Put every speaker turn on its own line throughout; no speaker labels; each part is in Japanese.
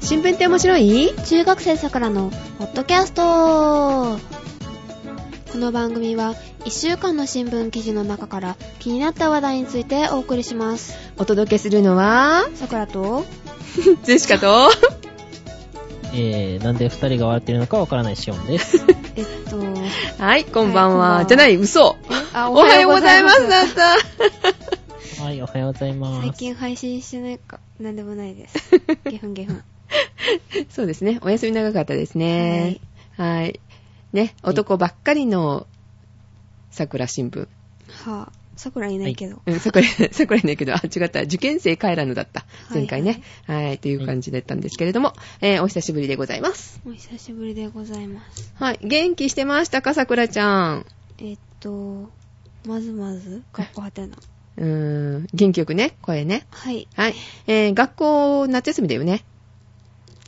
新聞って面白い
中学生さくらのポッドキャストこの番組は1週間の新聞記事の中から気になった話題についてお送りします
お届けするのは、
さくらと
ジェシカと、
えー、なんで二人が笑ってるのかわからないシオンです。
えっ と
はい、こんばん
は
は。
いこんばんは
じゃない、嘘。
あ
おはようございます、だった。
はい、おはようございます。
最近配信してないかなんでもないです ゲフンゲフン
そうですね、お休み長かったですね。はい。ね、男ばっかりの桜新聞。
はあさくらいないけど、
うん、桜、 桜いないけど、あ、違った。受験生帰らぬだった。
はい
前回ね。はい、という感じだったんですけれども、えーお久しぶりでございます。
お久しぶりでございます
はい、元気してましたか、桜ちゃん。
えっとまずまずかっこはてな
うーん、元気よくね、声ね。
はい
はい。えー、学校、夏休みだよね。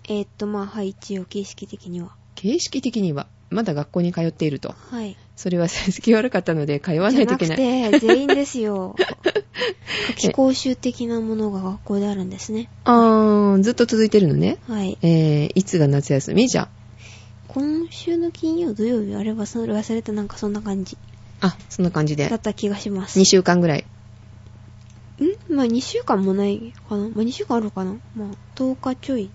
えっとまあはい一応形式的には
形式的には、まだ学校に通っていると。
はい
それは 成績悪かったので、通わないといけない。
じゃなくて、全員で すよ。夏期講習的なものが学校であるんですね。
あー、ずっと続いてるのね。
はい。
えー、いつが夏休みじゃ
今週の金曜、土曜日あればそれ忘れたなんかそんな感じ
あ。あ、そんな感じで
だ。った気がします。
2週間ぐらい。
んまあ2週間もないかな。まあ2週間あるかな。まあ10日ちょい、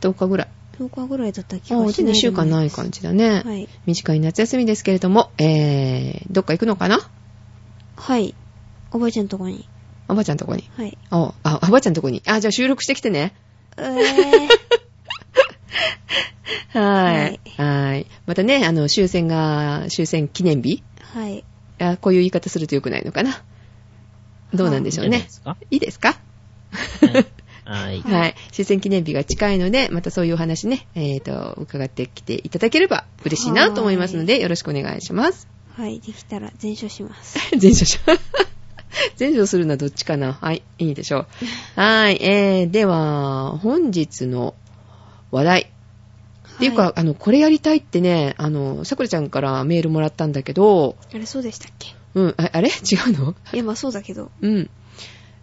10日ぐらい。
10日ぐらいだった気
あ
が
ー、
し
じゃ
な
あ
い
2週間ない感じだね。
はい。
短い夏休みですけれども、えー、どっか行くのかな
はい。おばあちゃんとこに。
おばちゃんとこに。
はい。
お、あ、おばちゃんとこに。あ、じゃあ収録してきて ね。
え ー、
はい。はい。またね、あの、終戦が、終戦記念日
はい。
あこういう言い方すると良くないのかな。どうなんでしょう
いいん
ね。
じゃない
いいですか
ですかはい。はい。
はい。終戦記念日が近いので、またそういうお話ね、えっ、と、伺ってきていただければ嬉しいなと思いますので、よろしくお願いします。
はい。できたら全書します。
全書し 全書するのはどっちかなはい、いいでしょう。はい、えー、では、本日の話題。っていうか、
は
あの、これやりたいってね、あの、さくらちゃんからメールもらったんだけど、
あれそうでしたっけ
うん、ああれ違うの
いや、まあそうだけど。
うん。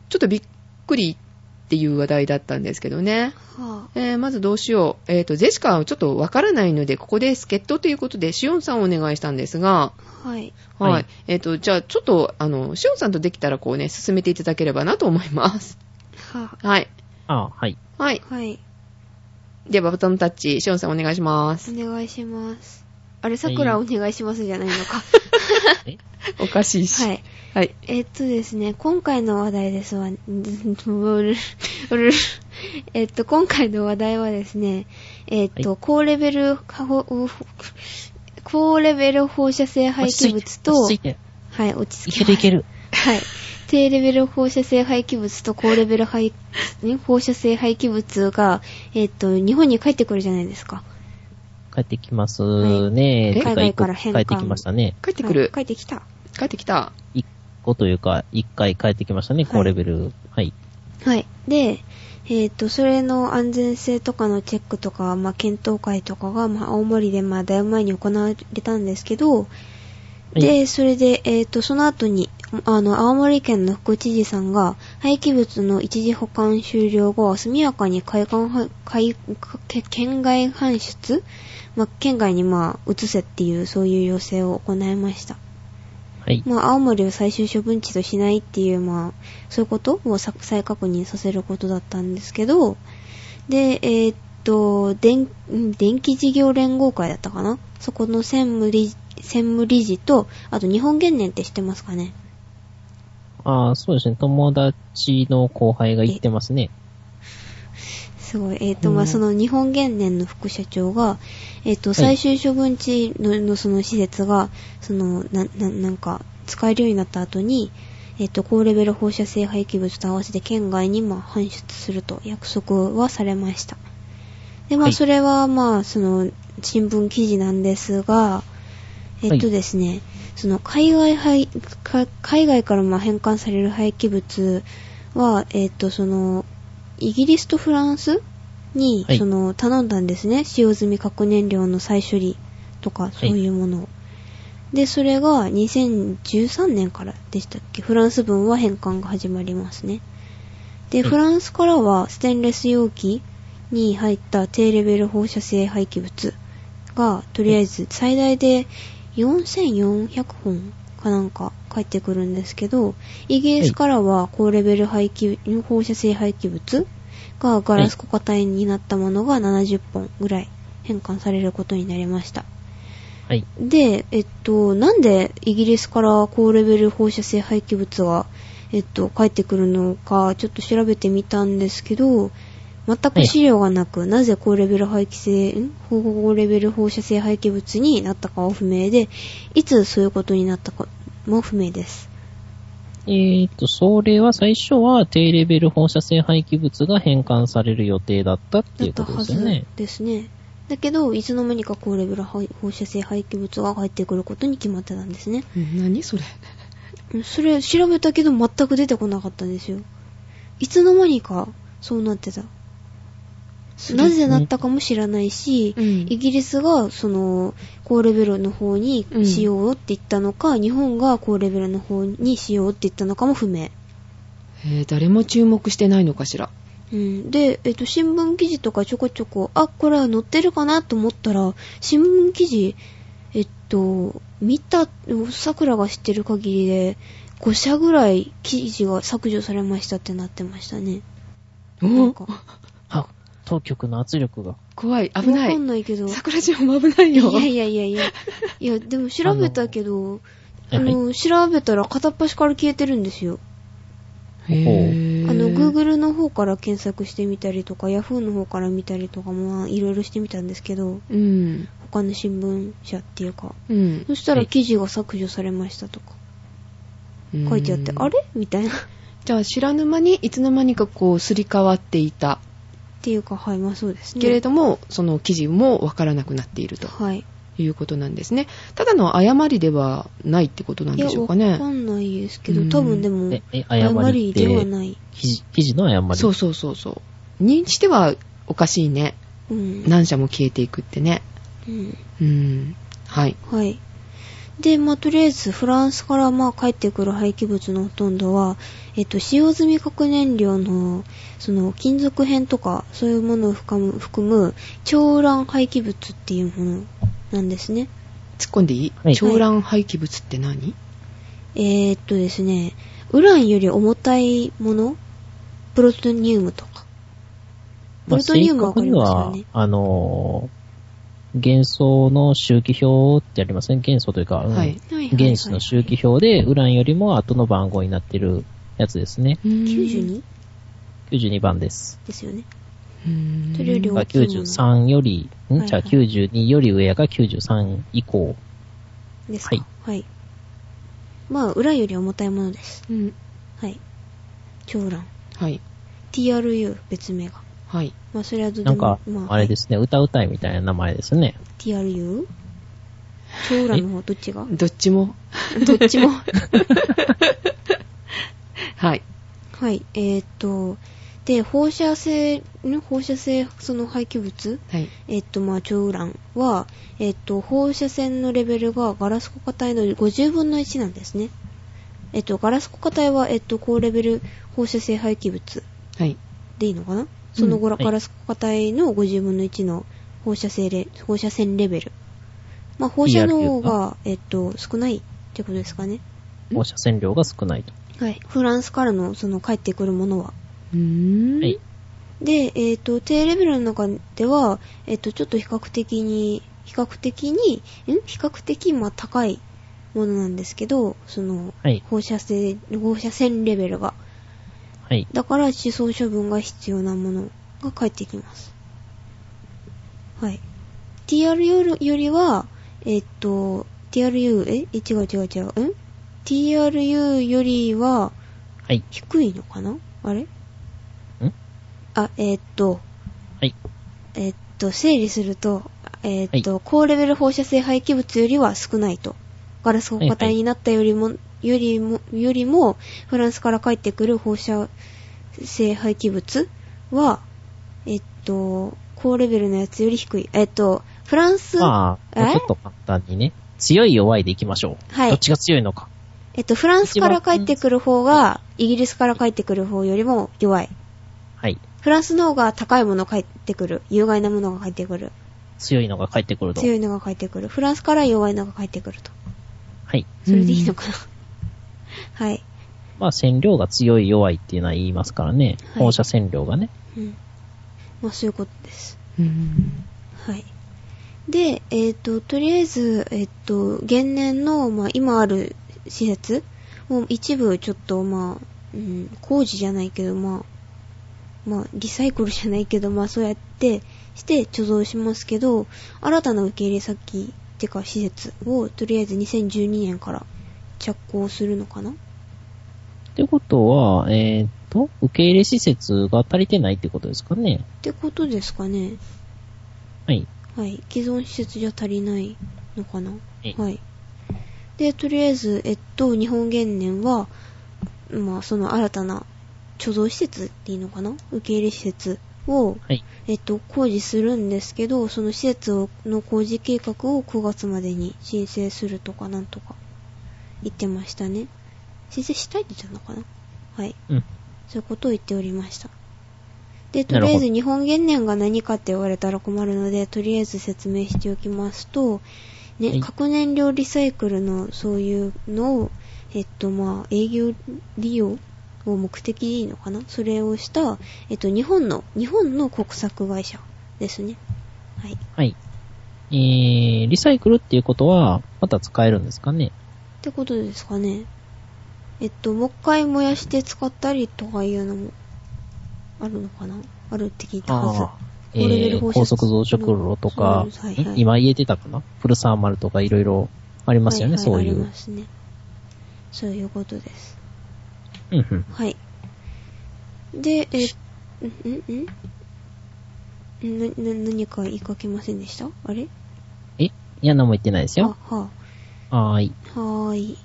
ちょっとびっくりっていう話題だったんですけどね。
は
えー、まずどうしよう。えっ、と、ジェシカはちょっとわからないので、ここで助っ人ということで、シオンさんをお願いしたんですが、
あ。はい。
はい。
はい
えっ、と、じゃあ、ちょっと、あの、しおんさんとできたら、こうね、進めていただければなと思います。
はあ。
はい。
あ、はい。
はい。
はい。
では、バトンタッチ、しおんさんお願いします
お。願いします。あれ、さくら
は
お
い
願いしますじゃないの か。
え
おかしいし。
はい。
はい。
えっとですね、今回の話題ですわ、ん うるうるえっと、今回の話題はですね、えっと、
は
高レベルかほ、うふ高レベル放射性廃棄物と、
落ち着いて。
はい、落ち着
落ち
き
着いていけるいける。
はい。低レベル放射性廃棄物と高レベル廃、ん放射性廃棄物が、えっと、日本に帰ってくるじゃないですか。
帰ってきます
はい
ね。
え
て
海外から
一個
返
帰
還
ってきましたね。
帰ってくる。
はい帰ってきた。
帰ってきた。
一個というか、一回帰ってきましたね、
はい
高レベル。はい。
はい。で、えっ、と、それの安全性とかのチェックとか、まあ、検討会とかが、まあ、青森で、まあ、だいぶ前に行われたんですけど、
い
で、それで、えっ、と、その後に、あの、青森県の副知事さんが、廃棄物の一時保管終了後は、速やかに海岸は、海、け県外搬出まあ、県外に、まあ、移せっていう、そういう要請を行いました。
はい。
まあ、青森を最終処分地としないっていう、まあ、そういうことをさ再確認させることだったんですけど、で、えーっと、電、ん電気事業連合会だったかなそこの専務理事、専務理事と、あと日本原燃って知ってますかね
あーそうですね。友達の後輩が行ってますね。
すごい。えっ、と、
うん
まあ、その日本原燃の副社長が、えっ、と、最終処分地の,、のその施設が、その、な、な、なんか、使えるようになった後に、えっ、と、高レベル放射性廃棄物と合わせて県外に、まあ、搬出すると約束はされました。で、ま
は
あ、
い
それは、まあ、その、新聞記事なんですが、えっ、とですね、その、海外廃、か海外から、まあ、返還される廃棄物は、えっ、と、その、イギリスとフランスに、
はい
その頼んだんですね使用済み核燃料の再処理とかそういうものを、でそれが2013年からでしたっけフランス分は返還が始まりますねで、
はい
フランスからはステンレス容器に入った低レベル放射性廃棄物が、とりあえず最大で4400本かなんか返ってくるんですけど、イギリスからは高レベル廃棄、放射性廃棄物がガラス固化体になったものが70本ぐらい返還されることになりました。
はい。
で、えっと、なんでイギリスから高レベル放射性廃棄物が、えっと、帰ってくるのか、ちょっと調べてみたんですけど、全く資料がなく、なぜ高レベル廃棄性、ん高レベル放射性廃棄物になったかは不明で、いつそういうことになったかも不明です。
えっ、と、それは最初は低レベル放射性廃棄物が返還される予定だったって
だ
い
っ
う
た
こと
は
です
ず
よね。
ですね。だけど、いつの間にか高レベル廃放射性廃棄物が入ってくることに決まってたんですね。
うん何それ。
それ調べたけど全く出てこなかったんですよ。いつの間にかそうなってた。なぜなったかも知らないし、
うん
イギリスがその高レベルの方にしようって言ったのか、日本が高レベルの方にしようって言ったのかも不明。
えー誰も注目してないのかしら。
うん、で、えっと、新聞記事とかちょこちょこ、あ、これは載ってるかなと思ったら、新聞記事、えっと、見た、桜が知ってる限りで、5社ぐらい記事が削除されましたってなってましたね。なん
お
か
あ、当局の圧力が。
怖い、危な
わ
い
か。んないけど。
桜ちゃんも危ない
い
よ。
やいやいやいや。いや、でも調べたけど、あ
やはり。
の、調べたら片っ端から消えてるんですよ。
へー
あの、Google の方から検索してみたりとか、Yahoo の方から見たりとか、まあ、いろいろしてみたんですけど、
うん。
他の新聞社っていうか、
うん
そ。したら記事が削除されましたとか書いてあって、
うん
あれみたいな。っ
じゃあ知らぬ間にいつの間にかこうすり替わっていた
ていうか、はい、まあそうですね。
けれども、その記事もわからなくなっていると
はい。
いうことなんですねただの誤りではないってことなん
いや、
でしょ
わ
うか
か
ね
んないですけ
う
ど、
ん
多分でも
え、、え誤
誤
り
り
って
ではない。
記事、記事の誤り。
そうそうそうそうにしてはおかしいね
うん。
何社も消えていくってね
うん。
うんはい
はい。で、まあ、とりあえず、フランスから、まあ、帰ってくる廃棄物のほとんどは、えっと、使用済み核燃料の、その、金属片とか、そういうものを含む、含む超ウラン廃棄物っていうものなんですね。
突っ込んでいい、
はい
長卵廃棄物って何
えー、っとですね、ウランより重たいものプロトニウムとか。プ
まあ
ロトニウムはわか
正
り
確に
ますよ
は
ね。、
あのー元素の周期表ってありますね。元素というか、うん
はい
はいはいはい
原子の周期表で、ウランよりも後の番号になってるやつですね。
92
92番です。
ですよね。
うん
それより
が
大きいもの
93より、
は
ん
い
じゃあ
はい
92より上が93以降。
ですか。はい。まあ、ウランより重たいものです。
うん
はい。超ウラン。
はい
TRU、別名が。
はい
まあ、それはどうで
な
も
んか
ま、あ、。
あれですすね、歌うたいみたいな名前ですね。
TRU? 超ウランの方、どっちが
どっちも
どっちも。
はい
はい。えー、っと、で、放射性、ん放射性、その廃棄物
はい
えっと、まあ、超ウランは、えっと、放射線のレベルがガラス固化体の50分の1なんですね。えっと、ガラス固化体は、えっと、高レベル放射性廃棄物
はい
でいいのかな、その後、
はい
ガラス固化体の50分の1の放射性レ、放射線レベル。まあ、放射の方
PR
が、えっと、少ないってことですかね。
ん
放射線量が少ないと。
はい。フランスからの、その、帰ってくるものは。
うーん
はい。
で、えっ、と、低レベルの中では、えっ、と、ちょっと比較的に、比較的に、ん比較的、まあ、高いものなんですけど、その、
はい
放射線、放射線レベルが。
はい。
だから、思想処分が必要なものが返ってきます。はい。TRU よりは、えっ、と、TRU、ええ違う違う違う、ん ?TRU よりは、
はい。
低いのかなあれん
ん
あ、えーっと、
はい。
えーっと、整理すると、えーっと、高レベル放射性廃棄物よりは少ないと。ガラス固化体になったよりも、よりも、よりも、フランスから帰ってくる放射性廃棄物は、えーっと、高レベルのやつより低い。えーっと、フランス、
まあ、もうちょっと簡単にね、強い弱いでいきましょう。
はい
どっちが強いのか。
えっと、フランスから帰ってくる方が、イギリスから帰ってくる方よりも弱い。
はい。
フランスの方が高いものが返ってくる。有害なものが返ってくる。
強いのが返ってくると。
強いのが返ってくる。フランスから弱いのが返ってくると。
はい。
それでいいのかな。はい。
まあ、線量が強い弱いっていうのは言いますからね。
はい
放射線量がね。
うん。まあ、そういうことです。
うん。
はい。で、えっ、と、とりあえず、えっ、と、現年の、まあ、今ある施設を一部ちょっと、まあ、うん、工事じゃないけど、まあ、まあ、リサイクルじゃないけど、まあ、そうやって、して貯蔵しますけど、新たな受け入れ先、てか施設を、とりあえず2012年から着工するのかな
ってことは、えーっと、受け入れ施設が足りてないってことですかね。
ってことですかね。
はい。
はい。既存施設じゃ足りないのかな
はい
はい。で、とりあえず、えっと、日本原燃は、まあ、その新たな貯蔵施設っていうのかな受け入れ施設を、
はい。
えっと、工事するんですけど、その施設をの工事計画を9月までに申請するとかなんとか言ってましたね。申請したいって言ったのかなはい。
うん。
そういうことを言っておりました。で、と
なる
りあ
ほど
えず日本原燃が何かって言われたら困るので、とりあえず説明しておきますと、ね、
はい
核燃料リサイクルのそういうのを、えっと、まあ、営業利用を目的でいいのかなそれをした、えっと、日本の、日本の国策会社ですね。はい。
はい。えー、リサイクルっていうことは、また使えるんですかね。
ってことですかね。えっと、もう一回燃やして使ったりとかいうのも、あるのかなあるって聞いたはず。
えー、高速増殖炉とか、
そうですはいはい
ん今言えてたかなフルサーマルとかいろいろありますよね、
は
そうい
あり
う
ま。すね。そういうことです。
うんうん。
はい。で、え、んんんな、な、何か言いかけませんでしたあれ
えいや、何も言ってないです
あ、
よ。
は
はーい。
あ、はーい。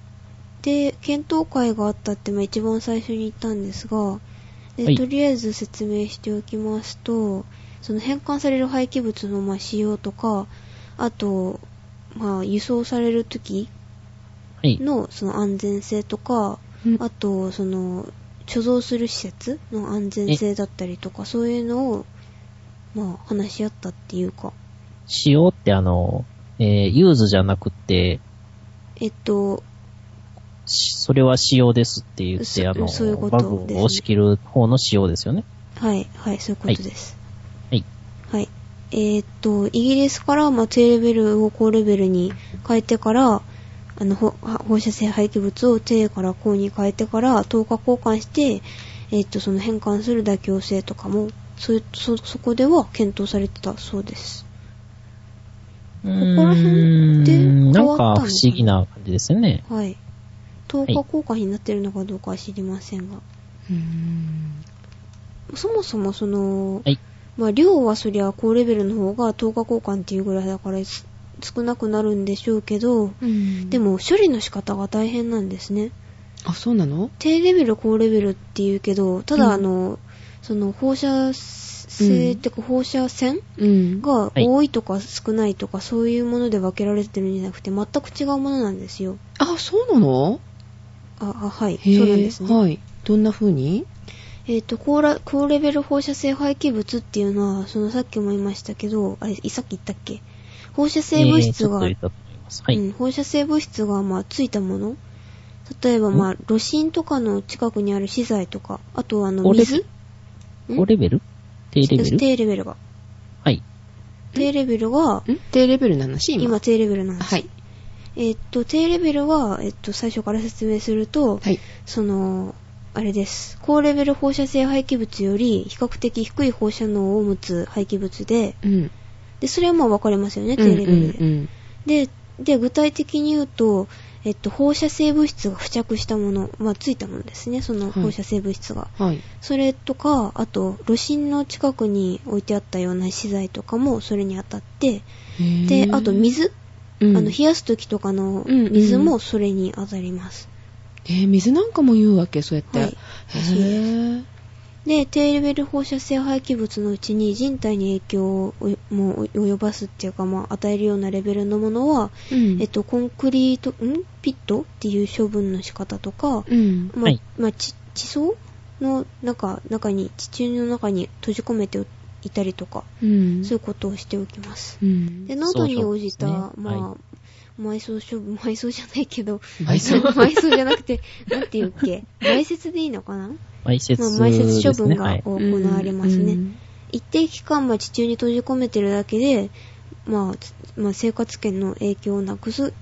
で、検討会があったって、まあ、一番最初に言ったんですが、で、
はい
とりあえず説明しておきますと、その返還される廃棄物のまあ使用とか、あと、まあ、輸送されるとき
はい。
のその安全性とか、
うん
あと、その、貯蔵する施設の安全性だったりとか、そういうのを、まあ、話し合ったっていうか、
塩ってあの、えー、ユーズじゃなくて、
えっと、
しそれは塩ですって言って、
そ
あの、
そういうこと
バグを
ですね
押し切る方の塩ですよね。
はい、はい、そういうことです。
はい。
はい。えーっと、イギリスから、まあ、低レベルを高レベルに変えてから、あの、ほ放射性廃棄物を低から高に変えてから、10日交換して、えーっと、その変換する妥協性とかも、そうそ、そこでは検討されてたそうです。
ここ
ら辺って変
な
わ
ん
ったの
か不思議な感じですよね。
はい。10
は
日
い
交換になってるのかどうかは知りませんが。
うん
そもそもその、
はい。
まあ量はそりゃ高レベルの方が10日交換っていうぐらいだからす少なくなるんでしょうけど、
うん
で、も処理の仕方が大変なんですね。
あ、そうなの
低レベル、高レベルっていうけど、ただ
うん
あの、その放射性ってか放射線
うん。
が
い
多いとか少ないとかそういうもので分けられてるんじゃなくて全く違うものなんですよ。
あ、そうなの
あ、あは
へ
い。
ー
そうなんですね。
はい。どんな風に
えっ、と高ラ、高レベル放射性廃棄物っていうのは、そのさっきも言いましたけど、あれ、いさっき言ったっけ放射性物質が、
えーちょっと言ったと思います。はい。
うん、放射性物質が、まあ、ついたもの。例えば、まあ、炉心とかの近くにある資材とか、あとは、あの、
高レベル
水ん
5レベル低レベル
低レベルが。
はい。
低レベルが、
ん低レベルな話今。
今、低レベルなんです。
はい。
えっ、と、低レベルは、えっ、と、最初から説明すると、
はい。
その、あれです。高レベル放射性廃棄物より比較的低い放射能を持つ廃棄物で、
うん。
で、それはまあ分かれますよね、低レベルで。
うんうん
で、で、具体的に言うと、えっと、放射性物質が付着したもの、まあ、ついたものですね、その
い
放射性物質が。
うん。はい。
それとか、あと、炉心の近くに置いてあったような資材とかもそれに当たって、で、あと水、
うん、
あの、冷やす時とかの
うんうん
水もそれに当たります。
えー水なんかも言うわけ、そうやって。
はいそう
へ
で
ー
で、低レベル放射性廃棄物のうちに人体に影響をおよもう及ばすっていうか、まあ、与えるようなレベルのものは、
うん
えっと、コンクリート、んピットっていう処分の仕方とか、
うん。
ま
はい
まあ、ち地層の中中に地中の中に閉じ込めていたりとか、
うん
そういうことをしておきます。
うん
で、濃度に応じた、
そうそうですね
まあ、埋葬処分、 埋葬じゃないけど、
埋葬
埋葬じゃなくて、なんていうっけ、埋設でいいのかな、ま
埋
あ、
設
埋設
で
処
す
分
ね。
が
はい。
行われますね。
うん
一定期間、まあ、地中に閉じ込めてるだけで、まあ、つまあ、生活圏の影響をなくす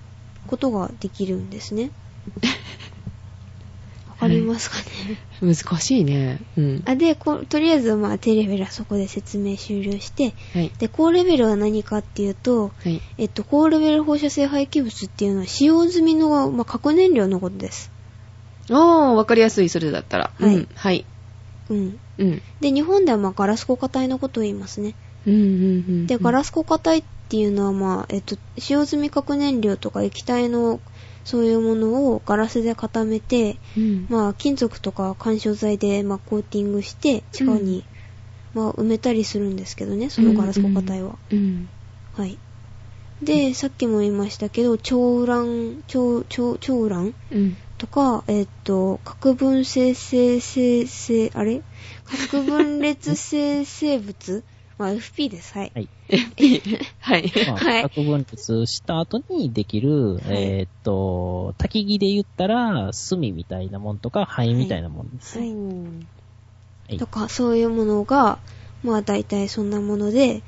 ことができるんです ね。わかりますかね、
難しいね。うん。
あでこ、とりあえず、まあ、低レベルはそこで説明終了して、
はい。
で、高レベルは何かっていうと、
はい。
えっと、高レベル放射性廃棄物っていうのは使用済みの、まあ、核燃料のことです。
おー、わかりやすい、それだったら。
はい
うん。はい。
うん。
うん。
で、日本ではまあガラス固化体のことを言いますね。
うんうんうん。
で、ガラス固化体っていうのは、まあ、えっと、使用済み核燃料とか液体のそういうものをガラスで固めて、
うん、
まあ、金属とか干渉剤で、まあ、コーティングして、地下に、まあ、埋めたりするんですけどね、そのガラス固化体は。
うん。
はい。で、さっきも言いましたけど、超ウラン、超、超、超ウラン
うん。
とか、えっと、核分性性性性、あれ核分裂性生物まあ、FP です。はい。
はい。
はい。
まあ、
はい
核分裂した後にできる、えーっと、焚き木で言ったら、炭みたいなもんとか、灰みたいなもんです。
はい
はい
とか、そういうものが、まあ、大体そんなもので、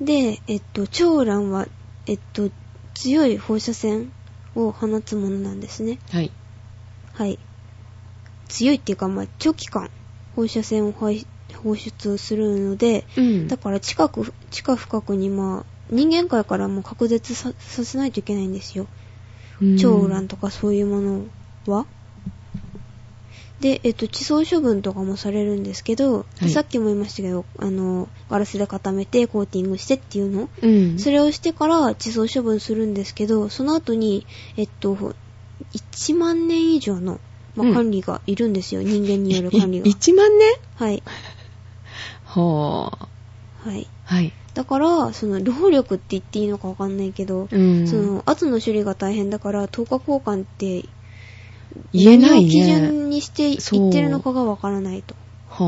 で、えっと、超ウランは、えっと、強い放射線を放つものなんですね。
はい。
はい。強いっていうか、まあ、長期間放射線を排放出するので、
うん
だから近く、地下深くに、まあ、人間界からもう隔絶ささせないといけないんですよ。超ウランとかそういうものは。で、えっと、地層処分とかもされるんですけど、
はい
さっきも言いましたけど、あの、ガラスで固めてコーティングしてっていうの
うん。
それをしてから地層処分するんですけど、その後に、えっと、1万年以上の、ま
う
あ、
ん
管理がいるんですよ、人間による管理が。
1万年
はい。
はあ。
はい。
はい。
だから、その、労力って言っていいのかわかんないけど、
うん。
その、後の処理が大変だから、10日交換って、
言えない
何を基
ね。
準にして
そう
言ってるのかがわからないと。
は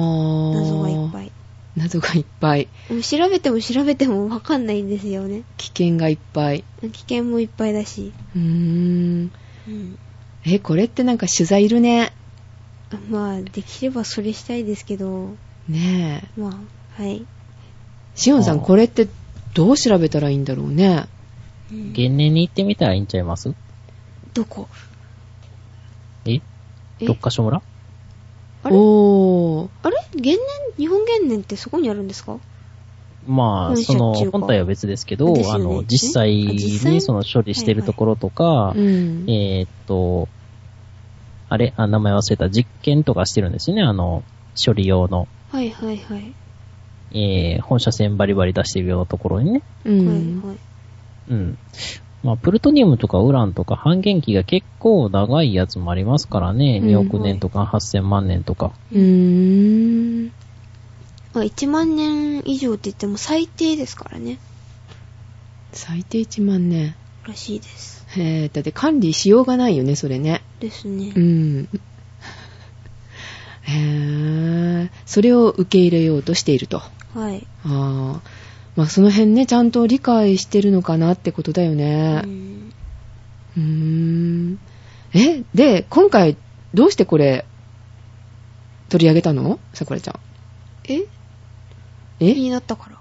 あ。
謎がいっぱい。
い。謎がいっぱい。
もう調べても調べてもわかんないんですよね。
危険がいっぱい。
危険もいっぱいだし。
うーん。
うん。
え、これってなんか取材いるね。
まあ、できればそれしたいですけど、
ねえ。
まあ、はい。
しおんさん、
あー
これってどう調べたらいいんだろうね。
うん
原年に行ってみたらいいんちゃいます
どこ
え
え
どっかしょ村
あれ
おー。
あれ原年日本原年ってそこにあるんですか
まあ、
本社
その、
っていうか
本体は別ですけど、
ですよ
あ
ね
の、実際
あ実際
にその処理してるところとか、
うん。
えーっと、あれあ、名前忘れた。実験とかしてるんですよね。あの、処理用の、
はいはいはい。
えー、本社線バリバリ出してるようなところにね。
うん。
はいはい。
うん。まあ、プルトニウムとかウランとか半減期が結構長いやつもありますからね。
うん
2億年とか8000万年とか。
うーん。
まあ、1万年以上って言っても最低ですからね。
最低1万年。
らしいです。
えー、だって管理しようがないよね、それね。
ですね。
うん。へえ。それを受け入れようとしていると。あ
はい。
あ。まあその辺ね、ちゃんと理解してるのかなってことだよね
う。ん
うーん。え、で、今回、どうしてこれ、取り上げたのさくらちゃん。
え気
え
になっ たから。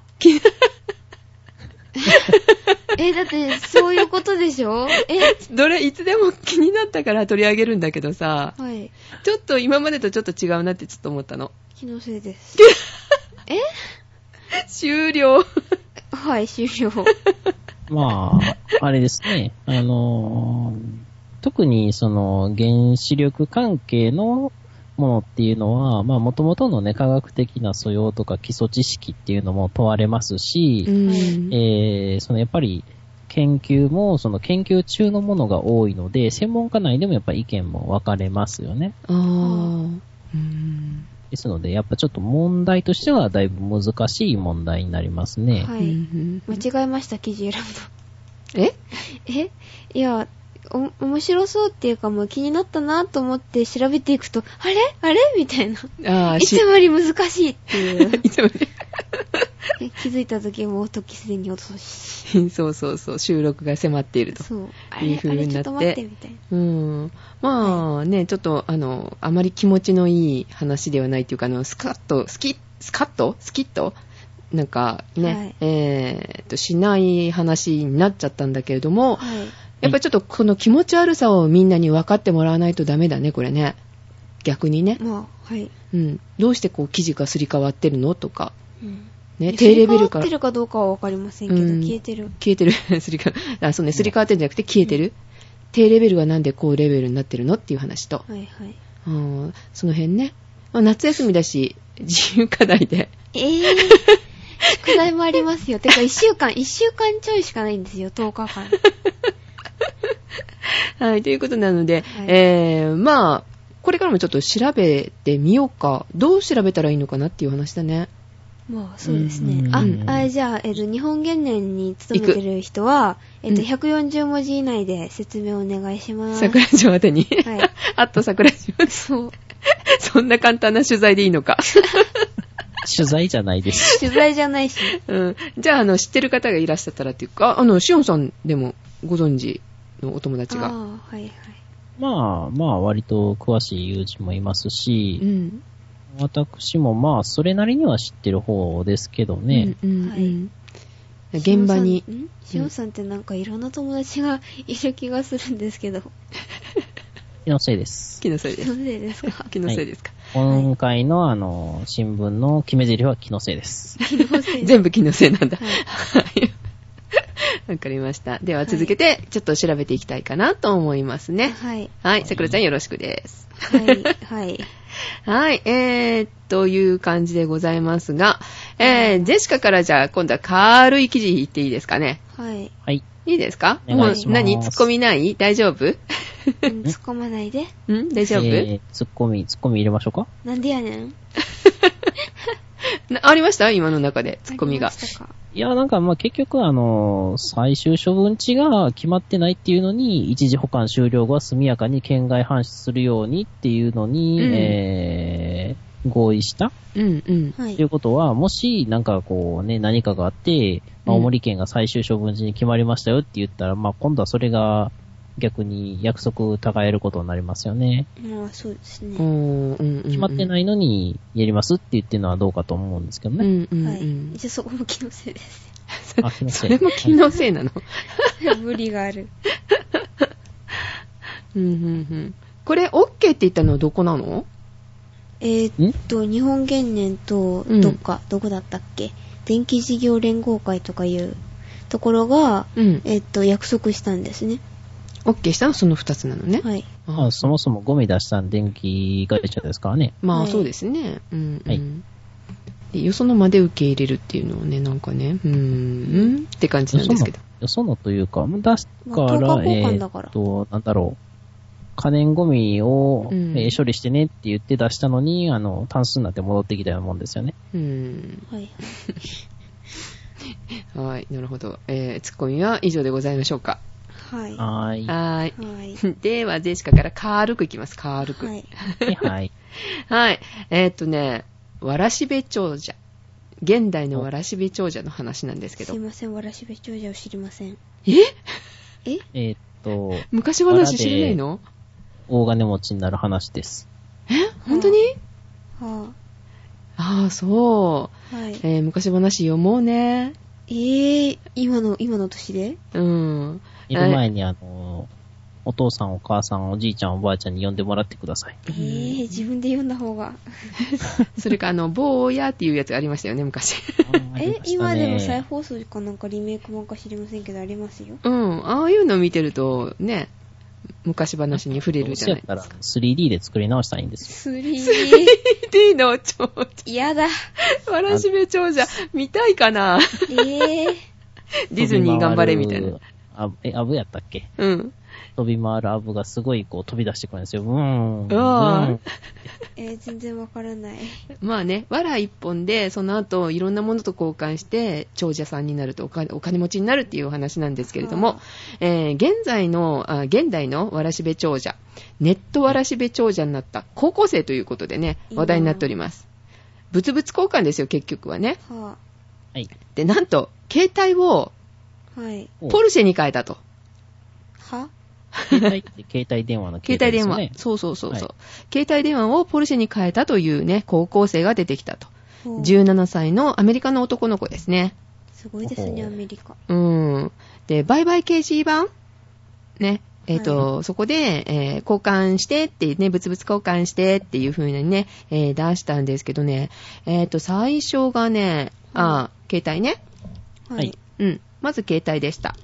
え、だって、そういうことで しょえ
どれ、いつでも気になったから取り上げるんだけどさ、
はい。
ちょっと今までとちょっと違うなってちょっと思ったの。
気のせいです。え
終了。
はい、終了。
まあ、あれですね。あのー特にその原子力関係のものっていうのは、まあ元々のね、科学的な素養とか基礎知識っていうのも問われますし、
うん。
えーそのやっぱり研究も、その研究中のものが多いので、専門家内でもやっぱ意見も分かれますよね。
あーうん。
ですので、やっぱちょっと問題としてはだいぶ難しい問題になりますね。
は
う
い。
ん
間違えました、記事選ぶの。
え
えいや、お、面白そうっていうか、まあ気になったなと思って調べていくと、あれあれみたいな。
ああ、
いつ
も。
もより難しいっていう
。いつもよ
で気づいた時も、時すでに落とし。
りそうそうそう、収録が迫っていると。
そう。あ
い
れ
う、
あ
風
れ
に
ち
な
ょ
って
っと待って、みたいな。
うん。まあね、ちょっと、あの、あまり気持ちのいい話ではないというか、あの、スカッと、スキッ、スカッとスキッとなんかね、
はい
えーっと、しない話になっちゃったんだけれども、
はい。
やっぱりちょっとこの気持ち悪さをみんなに分かってもらわないとダメだね、これね。逆にね。
まあ、はい。
うん。どうしてこう生地がすり替わってるのとか。
うん。
ね、低レベルか
す
ら
り替わって。るかどうかはわかりませんけど、
うん
消えてる。
消えてる。 すり替わ、あ、そうね、すり替わってるんじゃなくて消えてる。低レベルがなんで高レベルになってるのっていう話と。
はいはい。
うんその辺ね。まあ夏休みだし、 自由課題で。
ええー。宿題もありますよ。てか、一週間、一週間ちょいしかないんですよ、10日 間。
はい、ということなので、
はい
えー、まあ、これからもちょっと調べてみようか。どう調べたらいいのかなっていう話だね。
まあ、そうですね。
うん
あ
うん、
あじゃあ、えっと、日本原年に勤めてる人は、えっと、
うん
140文字以内で説明お願いします。
桜島宛てに。
はい
あっと桜島。
そう。
そんな簡単な取材でいいのか。
取材じゃないです。
取材じゃないし。
うん、じゃあ、あの、知ってる方がいらっしゃったらっていうか、あの、しおんさんでもご存知のお友達
ああ
が。、
はいはい。
まあ、まあ、割と詳しい友人もいますし、
うん。
私もまあ、それなりには知ってる方ですけどね。
うんうんうん現場に。
しおんさんってなんかいろんな友達がいる気がするんですけ ど、
気のせいです。
気のせいで
な
す。
んでですか
気のせいですか。
今回のあの、新聞の決め台詞は気のせ いです。
気のせい
全部気のせいなんだ。
は
はい。わかりました。では続けて、ちょっと調べていきたいかなと思いますね。
はい。
はい、さくらちゃんよろしくです。
はい。はい。
はい、えー、という感じでございますが、えー、ジェシカからじゃあ今度は軽い記事言っていいですかね。
はい。
はい。
いいですか
お願い
も
します
う何突っ込みない大丈夫
うん突っ込まないで。
ん大丈夫、
えー、ツッコミ、ツッコミ入れましょうか
なんでやねん。
なありました今の中で、ツッコミ
あ
が
り。ましたか
いや、なんかまあ結局あの、最終処分値が決まってないっていうのに、一時保管終了後は速やかに県外搬出するようにっていうのに、
うん
えー、合意した
うんうん。
はい
とい。うことは、もし、なんかこうね、何かがあって、まあ
うん
青森県が最終処分時に決まりましたよって言ったら、まあ今度はそれが逆に約束違えることになりますよね。
まあ、そうです
おー
ね。
うんうんうん、
決まって
い。
ないのに、やりますって言ってるのはどうかと思うんですけど
う
ね。
んうんうん。
はい。じゃあそこも気のせ いです。
あ、すいま
そ
せ
れ
ん。
も気のせいなの。
無理がある。
うんうんうん。これ、OK って言ったのはどこなの
えーっと、日本原年と、
うん
どっか、どこだったっけ電気事業連合会とかいうところが、
うん。
えーっと、約束したんですね。
OK したのその2つなのね。
はい。
まあそもそもゴミ出したん電気会社ですからね。
ま
は
あ、
い
そうですね。うん、うん。
はい
でよそのまで受け入れるっていうのはね、なんかね、うーん、って感じなんですけど。
よそのというか、出した
まあ
ら、
等価交
え
換
ー
だから
っと、なんだろう。可燃ゴミを、
うん
えー処理してねって言って出したのに、あの、単数になって戻ってきたようなもんですよね。
うん。
はい。
はい、なるほど。えー、ツッコミは以上でございましょうか。
はい。は
はーい。
はーい。
い。
では、ジェシカから軽くいきます。軽く。
は
はい。
い。
はい。
えーっとね、わらしべ長者。現代のわらしべ長者の話なんですけ
すい
ど。
ません、わらしべ長者を知りません。
え
え
えーっと、
昔話知らないの
大金持ちになる話です。
え本当に
は
ああ、そう。
あ、はい。
えー昔話読もうね。
えー、今の、今の年で
うん。
いる前に、あの、お父さん、お母さん、おじいちゃん、おばあちゃんに呼んでもらってください。
えー、自分で読んだ方が。
それか、あの、坊やっていうやつがありましたよね、昔。
え、今でも再
さ
放送かなんかリメイクもんか知りませんけど、ありますよ。
うん。ああいうの見てると、ね、昔話に触れるじゃない。
どうせやったら 3D で作り直したらいいんです よ。
3D。
D の長者。
嫌だ。
わらしべ長者、見たいかな。
えー。
ディズニー頑張れみたいな。
あえ、アブやったっけ
うん。
飛び回るアブがすごいこう飛び出してくるんですよ。うーん。
うわー
うん
えー、全然わからない。
まあね、藁一本で、その後、いろんなものと交換して、長者さんになるとお金、お金持ちになるっていうお話なんですけれども
は、
えー現在の、あ現代のわらしべ長者、ネットわらしべ長者になった高校生ということでね、
いいな
話題になっております。物々交換ですよ、結局はね。
は
はい。
で、なんと、携帯を
あ、はい。
ポルシェに変えたと。
は
携帯って携帯電話の
携帯電話。
ですよね
そうそうそうそう、
は
携帯電話をポルシェに変えたというね、高校生が出てきたと。
ほう
17歳のアメリカの男の子ですね。
すごいですね、
ほ
ア
う
メリカ。
うん。で、売買掲示板ね。えっ、と、そこで、えー交換してってね、物々交換してっていう風にね、えー出したんですけどね、えっ、と、最初がね、あー、携帯ね。
はい。
うん。まず携帯でした。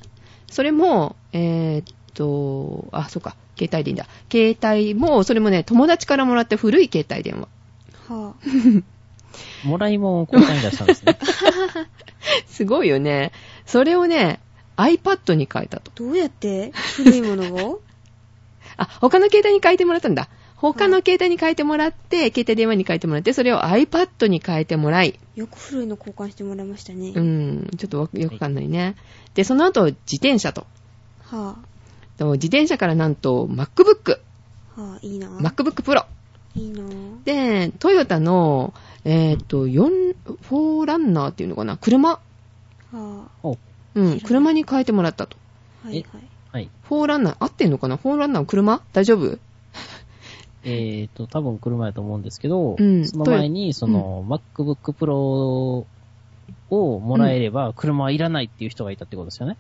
それも、えーっと、あ、そうか、携帯でいいんだ。携帯も、それもね、友達からもらった古い携帯電話。
は
もらいもんを交換に出したんで すね。
すごいよね。それをね、iPad に変えたと
あ。。どうやって古いものを
あ、他の携帯に変えてもらったんだ。他の携帯に変えてもらって、携帯電話に変えてもらって、それを iPad に変えてもらい、
よく古いの交換してもらいましたね。
うん、ちょっとわよくわかんないね。で、その後、自転車と。
は
と自転車からなんと、MacBook、
あ、はあ、いいな。
MacBook Pro。
いいな。
で、トヨタの、えっ、と、4、4ランナーっていうのかな車
は
お
うん、車に変えてもらったと。
あ、はいはい。
はい。
4ランナー、合ってんのかな ?4 ランナー車大丈夫
えっ、と、多分車やと思うんですけど、
うん
その前に、その、MacBook Pro をもらえれば、車はいらないっていう人がいたってことですよね。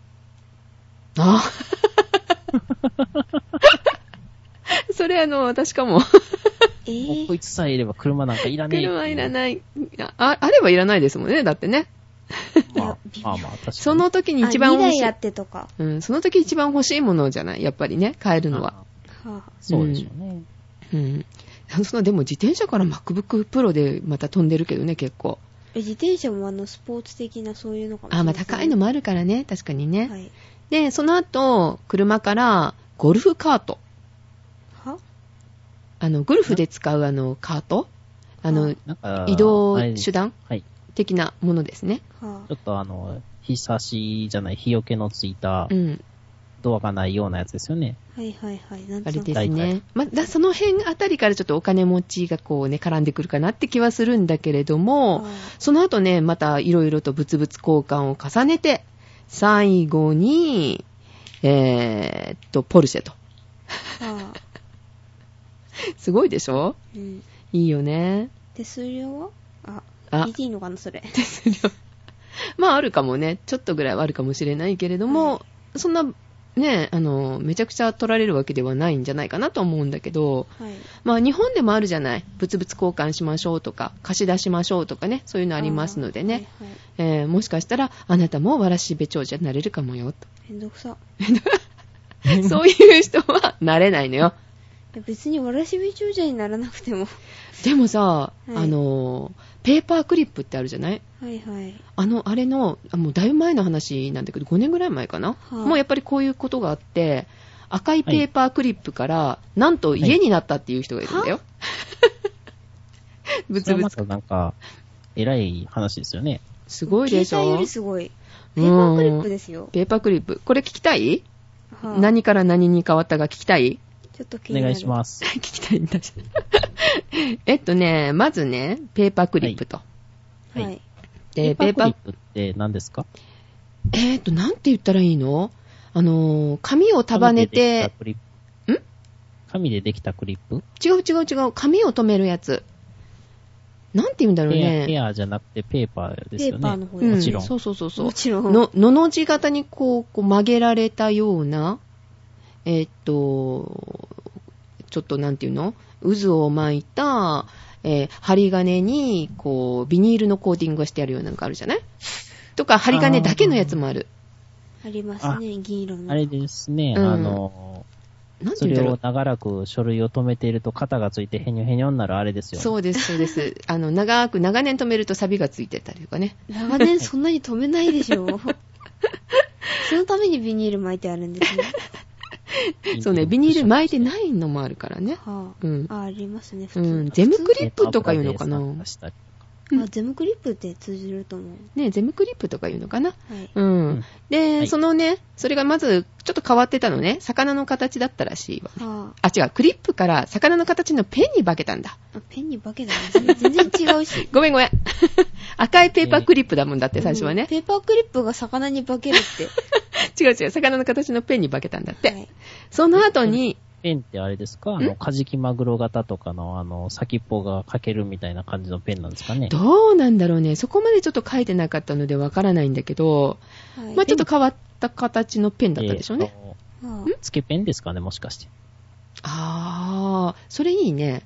あ それあの、私かも。
え
もう
ー
こいつさえいれば車なんかいらねえってう。
車いらない。あ、あればいらないですもんね、だってね。
まあ、まあまあ、確かに。
その時に
あ
一番
二
欲
台
しい
あ。ってとか。
うん、その時一番欲しいものじゃない、やっぱりね、買えるのは。
あ
はあ、
そうでしょうね。
うん。そのでも自転車から MacBook Pro でまた飛んでるけどね、結構。
え自転車もあの、スポーツ的なそういうのかもしれ
あ、まあ
ないですね。
高いのもあるからね、確かにね。
はい。
で、その後、車からゴルフカート。
は
あの、ゴルフで使うあの、カートあの、
なんか、
移動
あれ
手段
はい。
的なものですね。
は
ちょっとあの、日差しじゃない、日よけのついた
う、ん。
ドアがないようなやつですよね。
あ、はいはいはい。なん
あれ
となく
です
大
ね
体。
まあだ、その辺あたりからちょっとお金持ちがこうね、絡んでくるかなって気はするんだけれども、
はい
その後ね、またいろいろと物々交換を重ねて、最後に、えーっと、ポルシェと。
はあ、
すごいでしょ
うん。
いいよね。
手数料はあ、
あ
聞いていいのかな、それ。
まあ、あるかもね。ちょっとぐらいはあるかもしれないけれども、そんな、ね、あの、めちゃくちゃ取られるわけではないんじゃないかなと思うんだけど、
はい。
まあ日本でもあるじゃない。物々交換しましょうとか、貸し出しましょうとかね、そういうのありますのでね。
あー。はいはい
えーもしかしたら、あなたもわらしべ長者になれるかもよ、と。
めんどくさ。
そういう人はなれないのよ。
え別にわらしべ長者にならなくても。
でもさ、
い
あのー、ペーパークリップってあるじゃない
はいはい。
あの、あれの、あもうだいぶ前の話なんだけど、5年ぐらい前かな、
い
もうやっぱりこういうことがあって、赤いペーパークリップから、なんと家になったっていう人がいるん だよ。ぶ
それ
つ
は
ぶ
ま
つ。
たなんか、偉い話ですよね。
すごいでしょ
携帯よりすごい。ペーパークリップですよ。
ペーパークリップ。これ聞きたい、
はあ、
何から何に変わったか聞きたい
ちょっと気
お
になる。
願いします。
聞きたいんだ。 えっとね、まずね、ペーパークリップと。
はい。
は
で、ペーパー
クリップって何ですか
えっと、なんて言ったらいいのあのー、紙を束ねて、
紙でできたクリップ。紙でできたクリップ
違う違う違う、紙を留めるやつ。なんて言うんだろう
ペアペ
ね。
アじゃなくてペーパーです
ペ
よね。
ーパーの方
う
や
ん、
もちろん
そうそうそうそう
も。ちろん。
の、のの字型にこう、こう曲げられたような、えーっと、ちょっとなんていうの渦を巻いた、えー針金に、こう、ビニールのコーティングがしてあるようなのがあるじゃないとか、針金だけのやつもある。
ありますね、銀色の。
あれですね、
うん
あの、
なんて
そ
いうん
れ
だろ
を
う。
長らく書類を止めていると肩がついてへにょへにょになるあれですよね。
そうです、そうです。あの、長く、長年止めるとサビがついてたりとかね。
長年そんなに止めないでしょ。そのためにビニール巻いてあるんですね。
そうね、ビニール巻いてないのもあるからね。
はあ、
うん
あ、ありますね、普通。
うん、ゼムク
ク
リップとか言うのかなうん
あ、ゼムクリップって通じると思う。
ね、ゼムクリップとか言うのかな
はい。
うん。
うん
で、
はい
そのね、それがまず、ちょっと変わってたのね。魚の形だったらしいわ。
は
あ、違う、クリップから魚の形のペンに化けたんだ。
あ、あペンに化けたんですね。全然違うし。
ごめんごめん。赤いペーパークリップだもんだって、 最初は
うん
ね。
ペーパークリップが魚に化ける って。
違う違う、魚の形のペンに化けたんだって。
はい、
その後に、
ペンってあれですかあの、カジキマグロ型とかの、あの、先っぽがかけるみたいな感じのペンなんですかね。
どうなんだろうね。そこまでちょっと書いてなかったのでわからないんだけど、
はい。
まあちょっと変わった形のペンだったでしょうね。
えーと。
は
つけペンですかね、もしかして。
あー、それいいね。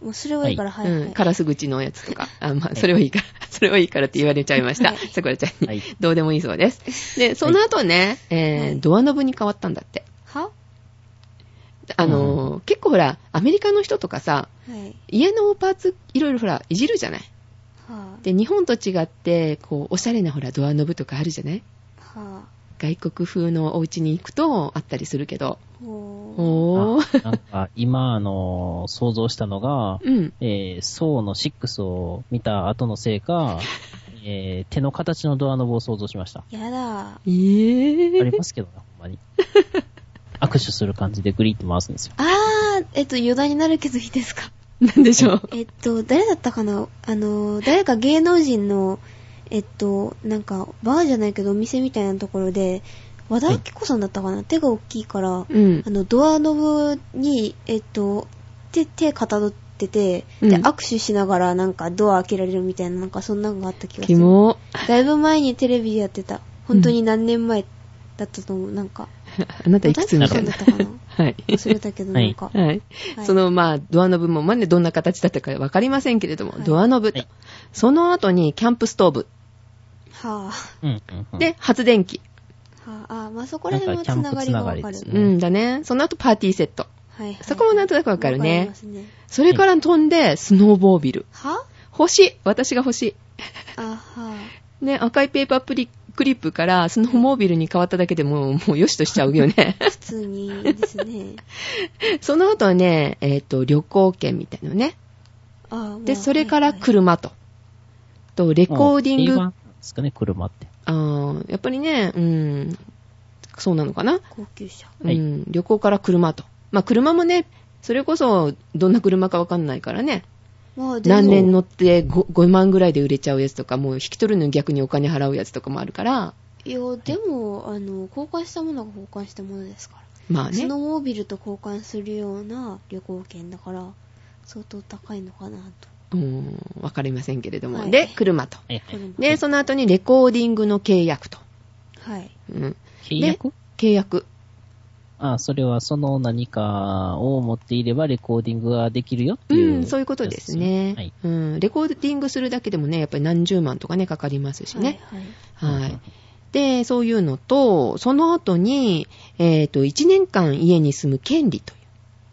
あ、もうそれはいいから、はい、はい
うん、カラス口のやつと か。あ、まあ、それはいいから、 それはいいからって言われちゃいました。
はい
さくらちゃんに。
はい
どうでもいいそうです。で、その後ね、えー
はい
ドアノブに変わったんだって。
は
あのー結構ほら、アメリカの人とかさ、
はい。は
家のパーツ、いろいろほら、いじるじゃない。
あ、
で、日本と違って、こう、おしゃれなほら、ドアノブとかあるじゃない
は
外国風のお家に行くと、あったりするけど。
あ、おー。
お ー。
なんか、今、あの、想像したのが、
うん。
えー、ソーの6を見た後のせ いか、えー、手の形のドアノブを想像しました。
やだ。
え
あり
ー。
ますけどね、ほんまに。握手する感じでグリって回すんですよ。
あー、えっと、余談になるけどいいです か。
なんでしょう。
えっと、誰だったかなあの、誰か芸能人の、えっと、なんか、バーじゃないけど、お店みたいなところで、和田明子さんだったかな、手が大きいから、
うん
あ。の、ドアノブに、えっと、手、手かたどってて、で、
うん
握手しながら、なんか、ドア開けられるみたいな、なんか、そんなのがあった気がす
キ
る。
モ。
だいぶ前にテレビでやってた。本当に何年前だったと思う、なんか。
あなたいくつみたいな。
和田明子さんだったか
はい。
な忘れたけど、なんか。
はい。
はい
その、まあ、ドアノブも、まあね、どんな形だったかわかりませんけれども、
はい
ドアノブと、
はい
その後にキャンプストーブ。
は
うん、うん、うん。
で、発電機。
ぁ、はぁ、あー、まあ、そこら辺は
なん
つ
かキャン
な
プ
がりがわかる
つながりです。ね
うんだね。その後パーティーセット。
はいはい
そこもなんとなくわかるね
わりますね
それから飛んで、スノーボービル。
は
星。私が星。
あは
ね、赤いペーパープリクリップからスノーモービルに変わっただけでもう、もうよしとしちゃうよ ね。
普通にで すね。
その後ね、えっ、と、旅行券みたいなのね。
あまあ
で、それから
る。
車と。と、レコーディン
定
グ
番なんですかね、車って。
あーやっぱりね、うん、そうなのかな、
高級車。
はい
うん、旅行から車と。まあ車もね、それこそどんな車かわかんないからね、
まあ、でも
何年乗って 5, 5万ぐらいで売れちゃうやつとか、もう引き取るのに逆にお金払うやつとかもあるから、
いや、でも、あの、交換したものが交換したものですから。
まあ
ス
ね、
ノーモービルと交換するような旅行券だから、相当高いのかな
う
と。
ん、わかりませんけれども。
はい
で、車と。
はいはい。
車
で、その後にレコーディングの契約と。
はい。
うん、
契約
契約。
あ、それはその何かを持っていればレコーディングができるよって
う
いう。
ん、そういうことですね、
はい。
うん。レコーディングするだけでもね、やっぱり何十万とかね、かかりますしね。
はい、はい。
はい。で、そういうのと、その後に、えっ、と、1年間家に住む権利という、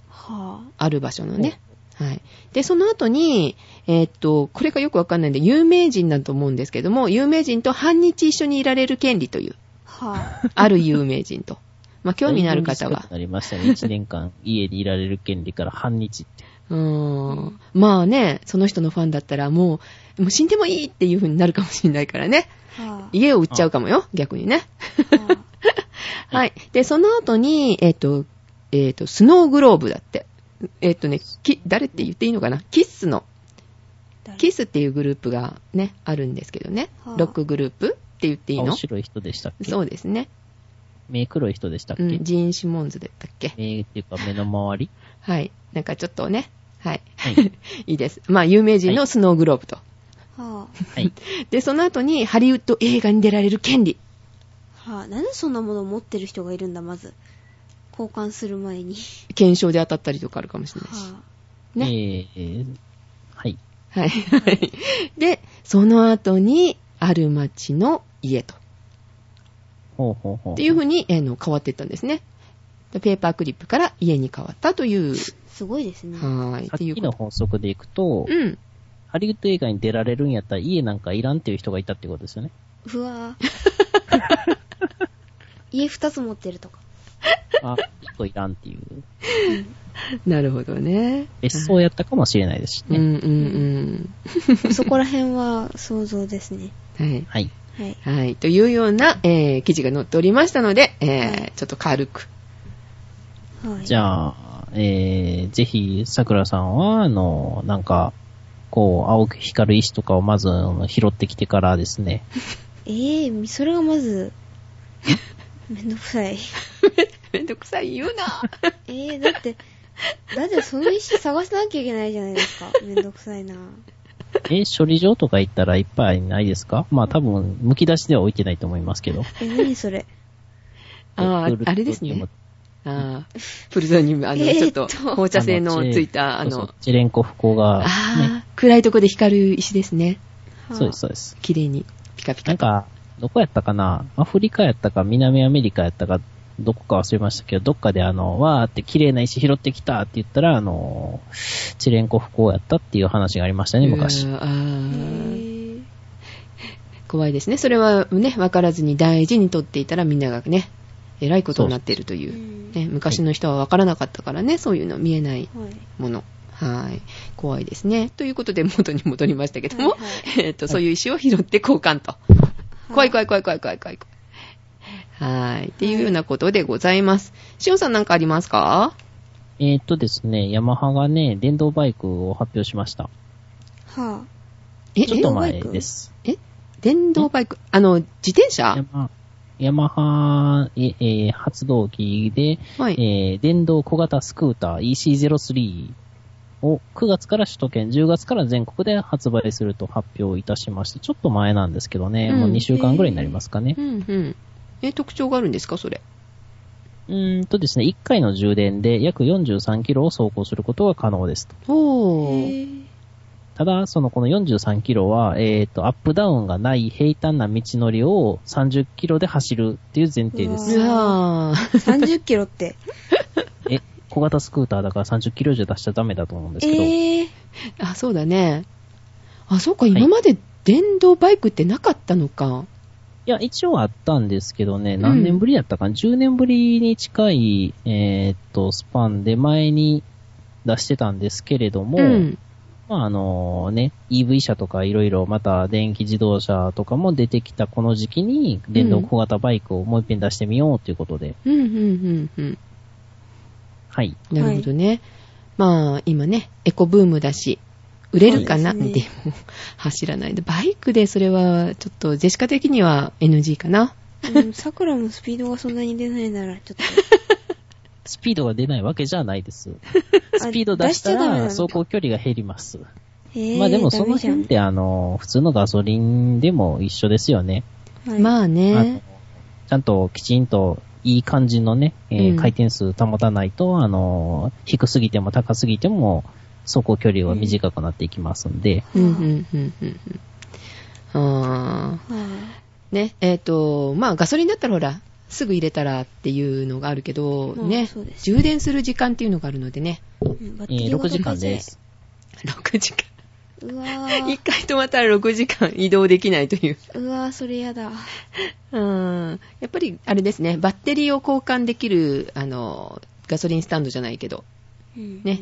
は
ある場所のね。はい。で、その後に、えっ、と、これがよくわかんないんで、有名人だと思うんですけども、有名人と半日一緒にいられる権利という、
あ。はあ。
ある有名人と。まあ、興味のある方は
な。りましたね。1年間家にいられる権利から半日って。
うーん。まあね、その人のファンだったら、もう、もう死んでもいいっていう風になるかもしれないからね。
はあ。
家を売っちゃうかもよ、逆にね。
は
はい。で、その後に、えっ、と、えっ、と、スノーグローブだって。えっ、とね、き誰って言っていいのかなキッスの、
あ
キスっていうグループがね、あるんですけどね
は。あ
ロックグループって言っていい
青
の
白い人でしたっけ
そうですね。
目黒い人でしたっけ、
うん、ジーン・シモンズだったっけ
目っていうか目の周り
はい。なんかちょっとね、はい。
は い。
いいです。まあ、有名人のスノーグローブと。
は
はい。
で、その後に、ハリウッド映画に出られる権利。
あ。はあ。なんでそんなものを持ってる人がいるんだ、まず。交換する前に。
検証で当たったりとかあるかもしれないし。
は
ね。
えー、はい。
はい。で、その後に、ある町の家と。
ほうほうほう。
っていうふうに、えーの変わっていったんですね。でペーパークリップから家に変わったという、
あ。すごいですね。
はーい、っ
さって
いう
き
こ
の
と。
法則でいくと、
うん。
ハリウッド映画に出られるんやったら家なんかいらんっていう人がいたっていうことですよね。
うわぁ。家二つ持ってるとか。
あ、一個いらんっていう。
なるほどね。
別荘やったかもしれないですし
うん
ね。
うん
そこら辺は想像ですね。
うん。はい。
はい。
はい。
はい。というような、えー記事が載っておりましたので、えーちょっと軽く。
はい。
じゃあ、えー、ぜひ、桜さんは、あの、なんか、こう、青く光る石とかをまずあの拾ってきてからで すね。
ええー、それがま ず、めんどくさい。
めんどくさい言う な。
ええー、だって、だってその石探さなきゃいけないじゃないですか。めんどくさいな。
え、処理場とか行ったらいっぱいないですかまあ多分、剥き出しでは置いてないと思いますけど。
え、何それ。
あ
え
ーあれです
プル
ね
ト。
あープルゾンに、あの、
えー
ちょっ
っ
と、
と
放射線のついた、あ
チェそうそ
の
う、チェレンコ不幸が、
あー暗いとこで光る石ですね。
はあ
そうです、そうです。
綺麗に、ピカピカ
なん
と。
か、どこやったかなアフリカやったか、南アメリカやったか、どこか忘れましたけど、どっかであの、わーって綺麗な石拾ってきたって言ったら、あの、チレンコ不幸やったっていう話がありましたね、昔
う。んあ
え
ー
ー
怖いですね。それはね、わからずに大事に取っていたらみんながね、えらいことになっているという。
うん
ね、昔の人はわからなかったからね、そういうの見えない
はい。
もの。はい。怖いですね。ということで、元に戻りましたけども、
はいは
えっと、そういう石を拾って交換と。怖い怖い怖い怖い怖い怖い怖い。はい。っていうようなことでございます。しおんさんなんかありますか
えーっとですね、ヤマハがね、電動バイクを発表しました。
は
え、
ちょっと
え
前です。
電動バイクあの、自転車
ヤマヤマハ、ええー発動機で、
はい。
えー電動小型スクーター EC03 を9月から首都圏、10月から全国で発売すると発表いたしまして、ちょっと前なんですけどね、
うん
もう2週間ぐらいになりますかね
う。んうん。え、特徴があるんですかそれ。
うーんとですね、1回の充電で約43キロを走行することが可能ですと。
あ。
お
え
ー。
ー
ただ、そのこの43キロは、えっ、と、アップダウンがない平坦な道のりを30キロで走るっていう前提で
う
す。
わ
うわー。
30キロ って。
え、小型スクーターだから30キロ以上出しちゃダメだと思うんですけど、
ええー。
あ、そうだね。あ、そうか、
い
今まで電動バイクってなかったのか。
いや、一応あったんですけどね、何年ぶりだったかな、?10 年ぶりに近い、えーっと、スパンで前に出してたんですけれども、
うん。
まあ、あのね、EV 車とかいろいろ、また電気自動車とかも出てきたこの時期に、電動小型バイクをもう一遍出してみようということで、
うん、うん、うん、
はい。
うん。なるほどね。まあ、今ね、エコブームだし、売れるかな
そ
で,、
うです
も、走らないで。バイクでそれは、ちょっと、ジェシカ的には NG かな。
うん、桜もスピードがそんなに出ないなら、ちょっと。
スピードが出ないわけじゃないです。
あ
スピード出した
ダメな
ら
んだ
走行距離が減ります。
えー、
まあでもそ
ダ
の
メじゃん
辺ってあの、普通のガソリンでも一緒ですよね。
はい、
まあ
あの
ね。
ちゃんときちんといい感じのね、えー
うん
回転数保たないと、あの、低すぎても高すぎても、走行距離は短くなっていきますんで、
うん、うん、うん、うん。うんあー。
は
ね、えっ、と、まあ、ガソリンだったらほら、すぐ入れたらっていうのがあるけど、
まあ
ね
そうで、すね
充電する時間っていうのがあるのでね、
いうんバッ
え
テリー
ー6
ごと
時間
変え
で
て
す。
6時間。
うわ
一
ぁ、
回止まったら6時間移動できないという。
うわぁ、それやだ。
うん。やっぱり、あれですね、バッテリーを交換できる、あの、ガソリンスタンドじゃないけど、
うん
ね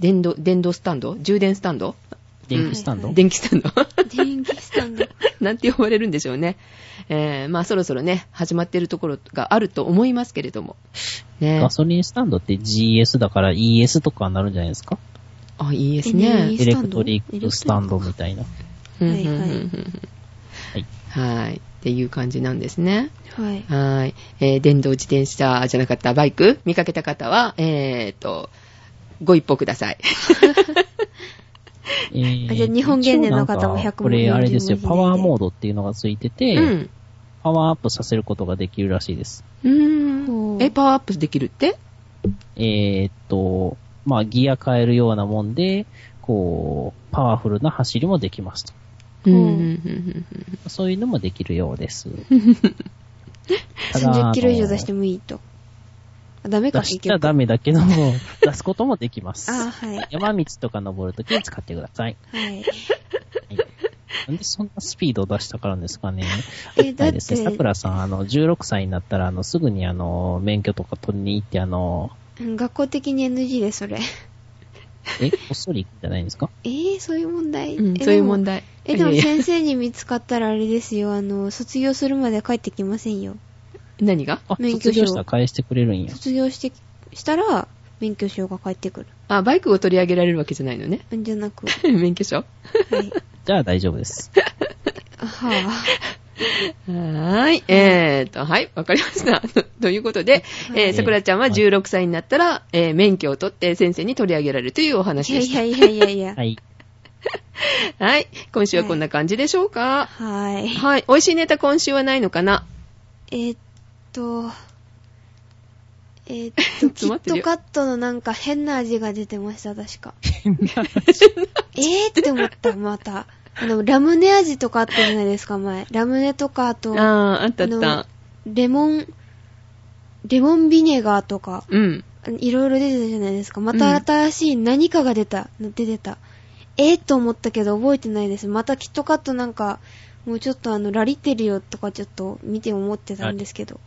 電動、電動スタンド充電スタンド
電気スタンド、
はい
電気スタンド
電気スタン ド。
なんて呼ばれるんでしょうね。えー、まあ、そろそろね、始まってるところがあると思いますけれども。ね
ガ。ソリンスタンドって GS だから ES とかになるんじゃないですか
あ、いいですね。
いい
エ
ス
レ
タン
ク
ド
トリックスタンドみたいな。
うん
はいはい
うんうんうん
はい。
うんはい。っていう感じなんですね。
はい。
はい。えー電動自転車じゃなかったバイク、見かけた方は、えーっと、ご一報ください。
えー
あじゃあ日本原燃の方も100
一応なんかこれあれですよ、
文字で
パワーモードっていうのがついてて、
うん。
パワーアップさせることができるらしいです。
うー
ほ
ん。
う
え、パワーアップできるって
えーっと、まあ、ギア変えるようなもんで、こう、パワフルな走りもできますと。
う
うんん
うんうん
そういうのもできるよ うです。ただ
30キロ以上出して
あの
もいいと。あダメか、
出しちゃダ
メ。
メだ けど、出すこともできます。
あーはい。
山道とか登るときに使ってください。
はい。
なんでそんなスピードを出したからですかね。
え、だ
あ
って、
れですね、桜さん、あの、16歳になったら、あの、すぐに、あの、免許とか取りに行って、あの、
うん学校的に NG で、それ。
え、こっそり行くんじゃないんですか
えー、そういう問題、
うん、
え
そういう問。題。
でもえ、
い
で
や
も
いや
先生に見つかったらあれですよ、あの、卒業するまで帰ってきませんよ。
何が
あ、
免許証
卒業したら返してくれるんや。
卒業して、したら、免許証が返ってくる。
あ、バイクを取り上げられるわけじゃないのね。
うんじゃなく、
免許証は
はい。
じゃあ大丈夫 です。
あはぁ。
ーい。えーと、はい、わかりました。 ということで、えー、桜ちゃんは16歳になったら、えー免許を取って先生に取り上げられるというお話
い
で
や
し
い
た。
やいやいやいや。
はい。
はい。今週はこんな感じでしょうか、
はい。
はい。美味しいネタ今週はないのかな
えーっと、え ーっと、キ
詰ま
ッ
ってる
ト
よ
カットのなんか変な味が出てました、確か。えーって思った、また。あの、ラムネ味とかあったじゃないですか、前。ラムネとか、あ
あ
と、
あー、あったあっ
あの
た。
レモン、レモンビネガーとか、
うん。
いろいろ出てたじゃないですか。ま
う
た
ん
新しい何かが出た、出てた。えーと思ったけど覚えてないです。またキットカットなんか、もうちょっとあの、ラリってるよとかちょっと見て思ってたんですけど。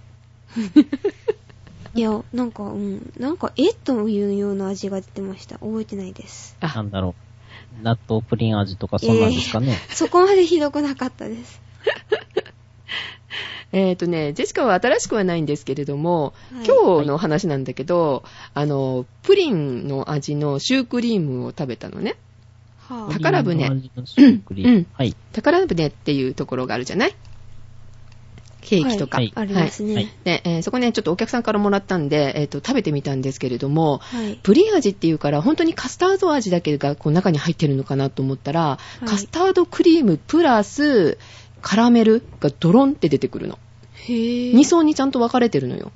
いや、なんか、うん、なんか、えーというような味が出てました。覚えてないです。
あ
なんだろう。納豆プリン味とかそんなんですかね。
そこまでひどくなかったです。
えっ、とね、ジェシカは新しくはないんですけれども、
はい
今日の話なんだけど、あの、プリンの味のシュークリームを食べたのね。
は
高宝船
プリンの味のシュークリーム
うんうん
はい。
宝船っていうところがあるじゃないケーキとか。
はい
あ、あります
は
ね
い。
で、えーそこね、ちょっとお客さんからもらったんで、えっ、と、食べてみたんですけれども、
はい。
プリン味っていうから、本当にカスタード味だけがこう中に入ってるのかなと思ったら、
い
カスタードクリームプラス、カラメルがドロンって出てくるの。
へぇ
2層にちゃんと分かれてるのよ。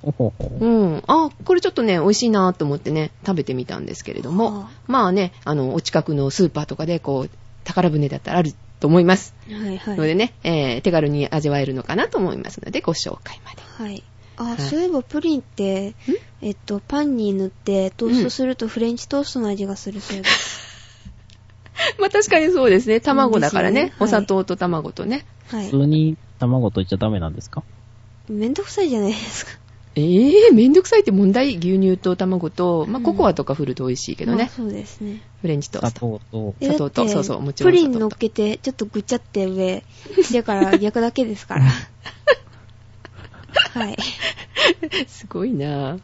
ほほほ。
うん。あ、これちょっとね、美味しいなと思ってね、食べてみたんですけれども、
は
まあね、あの、お近くのスーパーとかで、こう、宝船だったらあると思います。
はいはい。
のでね、えー手軽に味わえるのかなと思いますので、ご紹介 まで。
はい。
はい
あ、そういえばプリンって、えっと、パンに塗ってトーストするとフレンチトーストの味がするそうです。
まあ確かにそうですね、卵だからね、
うんですよねは
お
い
砂糖と卵とね。
は
普
い
通。に卵と言っちゃダメなんですか
めんどくさいじゃないですか。
えー、めんどくさいって問題牛乳と卵と、まあ、
うん
ココアとか振ると美味しいけどね、
まあそうですね。
フレンチトー
砂
スト。
糖と。
え
砂糖と
だって
そうそうもちろん
プ
砂糖
リ
と
ン乗っけて、ちょっとぐちゃって上、してから焼くだけです から。はい。
すごいな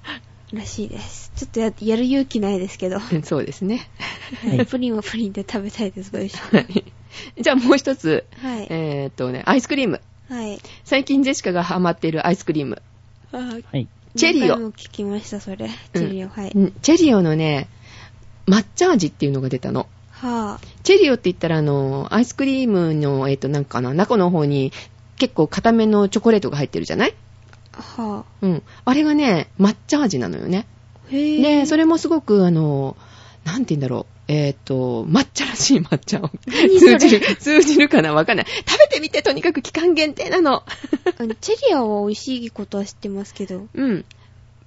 らしいです。ちょっとややる勇気ないですけど。
ぁそうですね。
い
プリンはプリンで食べたいです、美味しく。
はいじゃあもう一つ、
はい。
えーっとね、アイスクリーム。
はい。
最近ジェシカがハマっているアイスクリーム。
はい。
チェリオ
何回も聞きました、それ。チェリオ、はい。
うんチェリオのね、抹茶味っていうのが出たの。
は
チェリオって言ったら、あの、アイスクリームの、えーっと、なんかな、中の方に結構固めのチョコレートが入ってるじゃない
ぁ、は
うん。あれがね、抹茶味なのよね。
ぁ。へぇ
で、それもすごく、あの、なんて言うんだろう。えっ、と、抹茶らしい抹茶を。
何そ
通
れ
じる、通じるかなわかんない。食べてみて、とにかく期間限定なの。
あのチェリアは美味しいことは知ってますけど。
うん。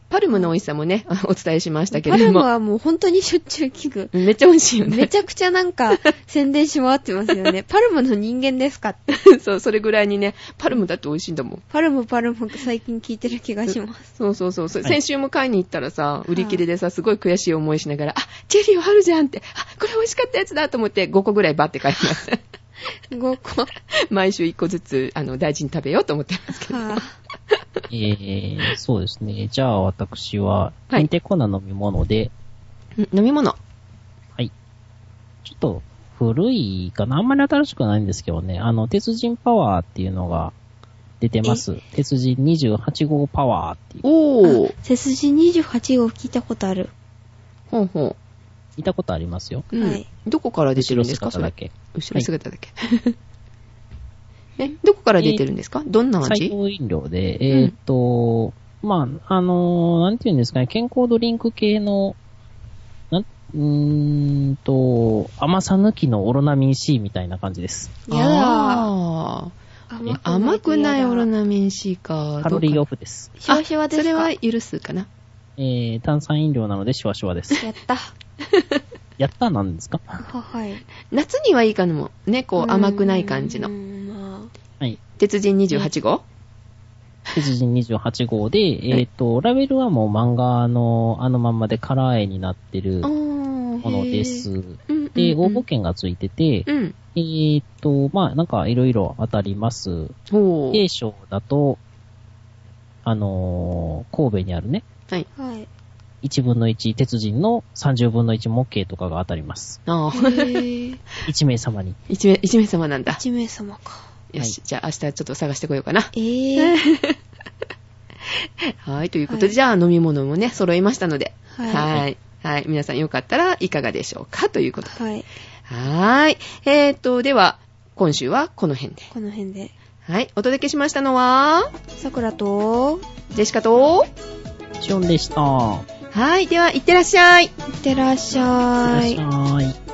パルムの美味しさもね、あお伝えしましたけ
パ
れど
ルム
も。
はもう本当にしょっちゅう聞く。
めっちゃ美味しいよ
め
ね。
ちゃくちゃなんか宣伝し回ってますよね。パルムの人間ですかって。
そう、それぐらいにね、パルムだって美味しいんだもん。
パルムパルム最近聞いてる気がします。
そうそうそう。そ
はい
先週も買いに行ったらさ、売り切れでさ、すごい悔しい思いしながら、あ、チェリーあるじゃんって、あ、これ美味しかったやつだと思って5個ぐらいバって買いました。
合 コン。は
毎週1個ずつ、あの、大事に食べようと思ってますけど。
ぁ、
えー、そうですね。じゃあ私は、
はい
インテコな飲み物で、
うん飲み物。
はい。ちょっと古いかなあんまり新しくはないんですけどね。あの、鉄人パワーっていうのが出てます。鉄人28号パワーっていう。
おー。
背筋28号聞いたことある。
ほうほ
見たことありますよ。
う。うん
はい
どこから出て
後
る
ろ
んですか
姿だけ。
それ後ろ姿だけ。 ね、どこから出てるんですか、どんな
最
味
高飲料で、えーっと、まあ、あのーなんていうんですかね、健康ドリンク系の、なん、うーんと、甘さ抜きのオロナミン C みたいな感じです。
やだー。
あ
甘
ー甘くないオロナミン C か。
カロリー
どう
オフです。
シ
か
ワシワですか
あそれは許すかな。
えー、炭酸飲料なのでシュワシュワです。
やった。
やったなんですか
は、はい。
夏にはいいかもね、こう甘くない感じ
う
の。
んまあ
はい。
鉄人28号
鉄人28号で、えっ、と、ラベルはもう漫画のあのまんまでカラー絵になってる
あ
も
ー
ので。
へ
す。
ーうんうんうん
で、応募券がついてて、
うん。
えっ、と、まあ、なんかいろいろ当たります。
ほう
A 賞だと、あのー神戸にあるね、
はい。
はい。
1分の1、鉄人の30分の1模型とかが当たります。
あ
へ
あ、
ぇ
1名様に。
一名、一名様なんだ。
1名様か。
よし、じゃあ明日ちょっと探してこようかな。
えぇ
はい、ということ
は
で、
い
じゃあ飲み物もね、揃いましたので。
は い
はい。はい皆さんよかったらいかがでしょうかということで。
はい。
はーい。えーと、では、今週はこの辺で。
この辺で。
はい。お届けしましたのは、
桜と、
ジェシカと、
シオンでした。い
はい。では、いってらっしゃい。
いってらっしゃ
らっ
い
し。ゃい。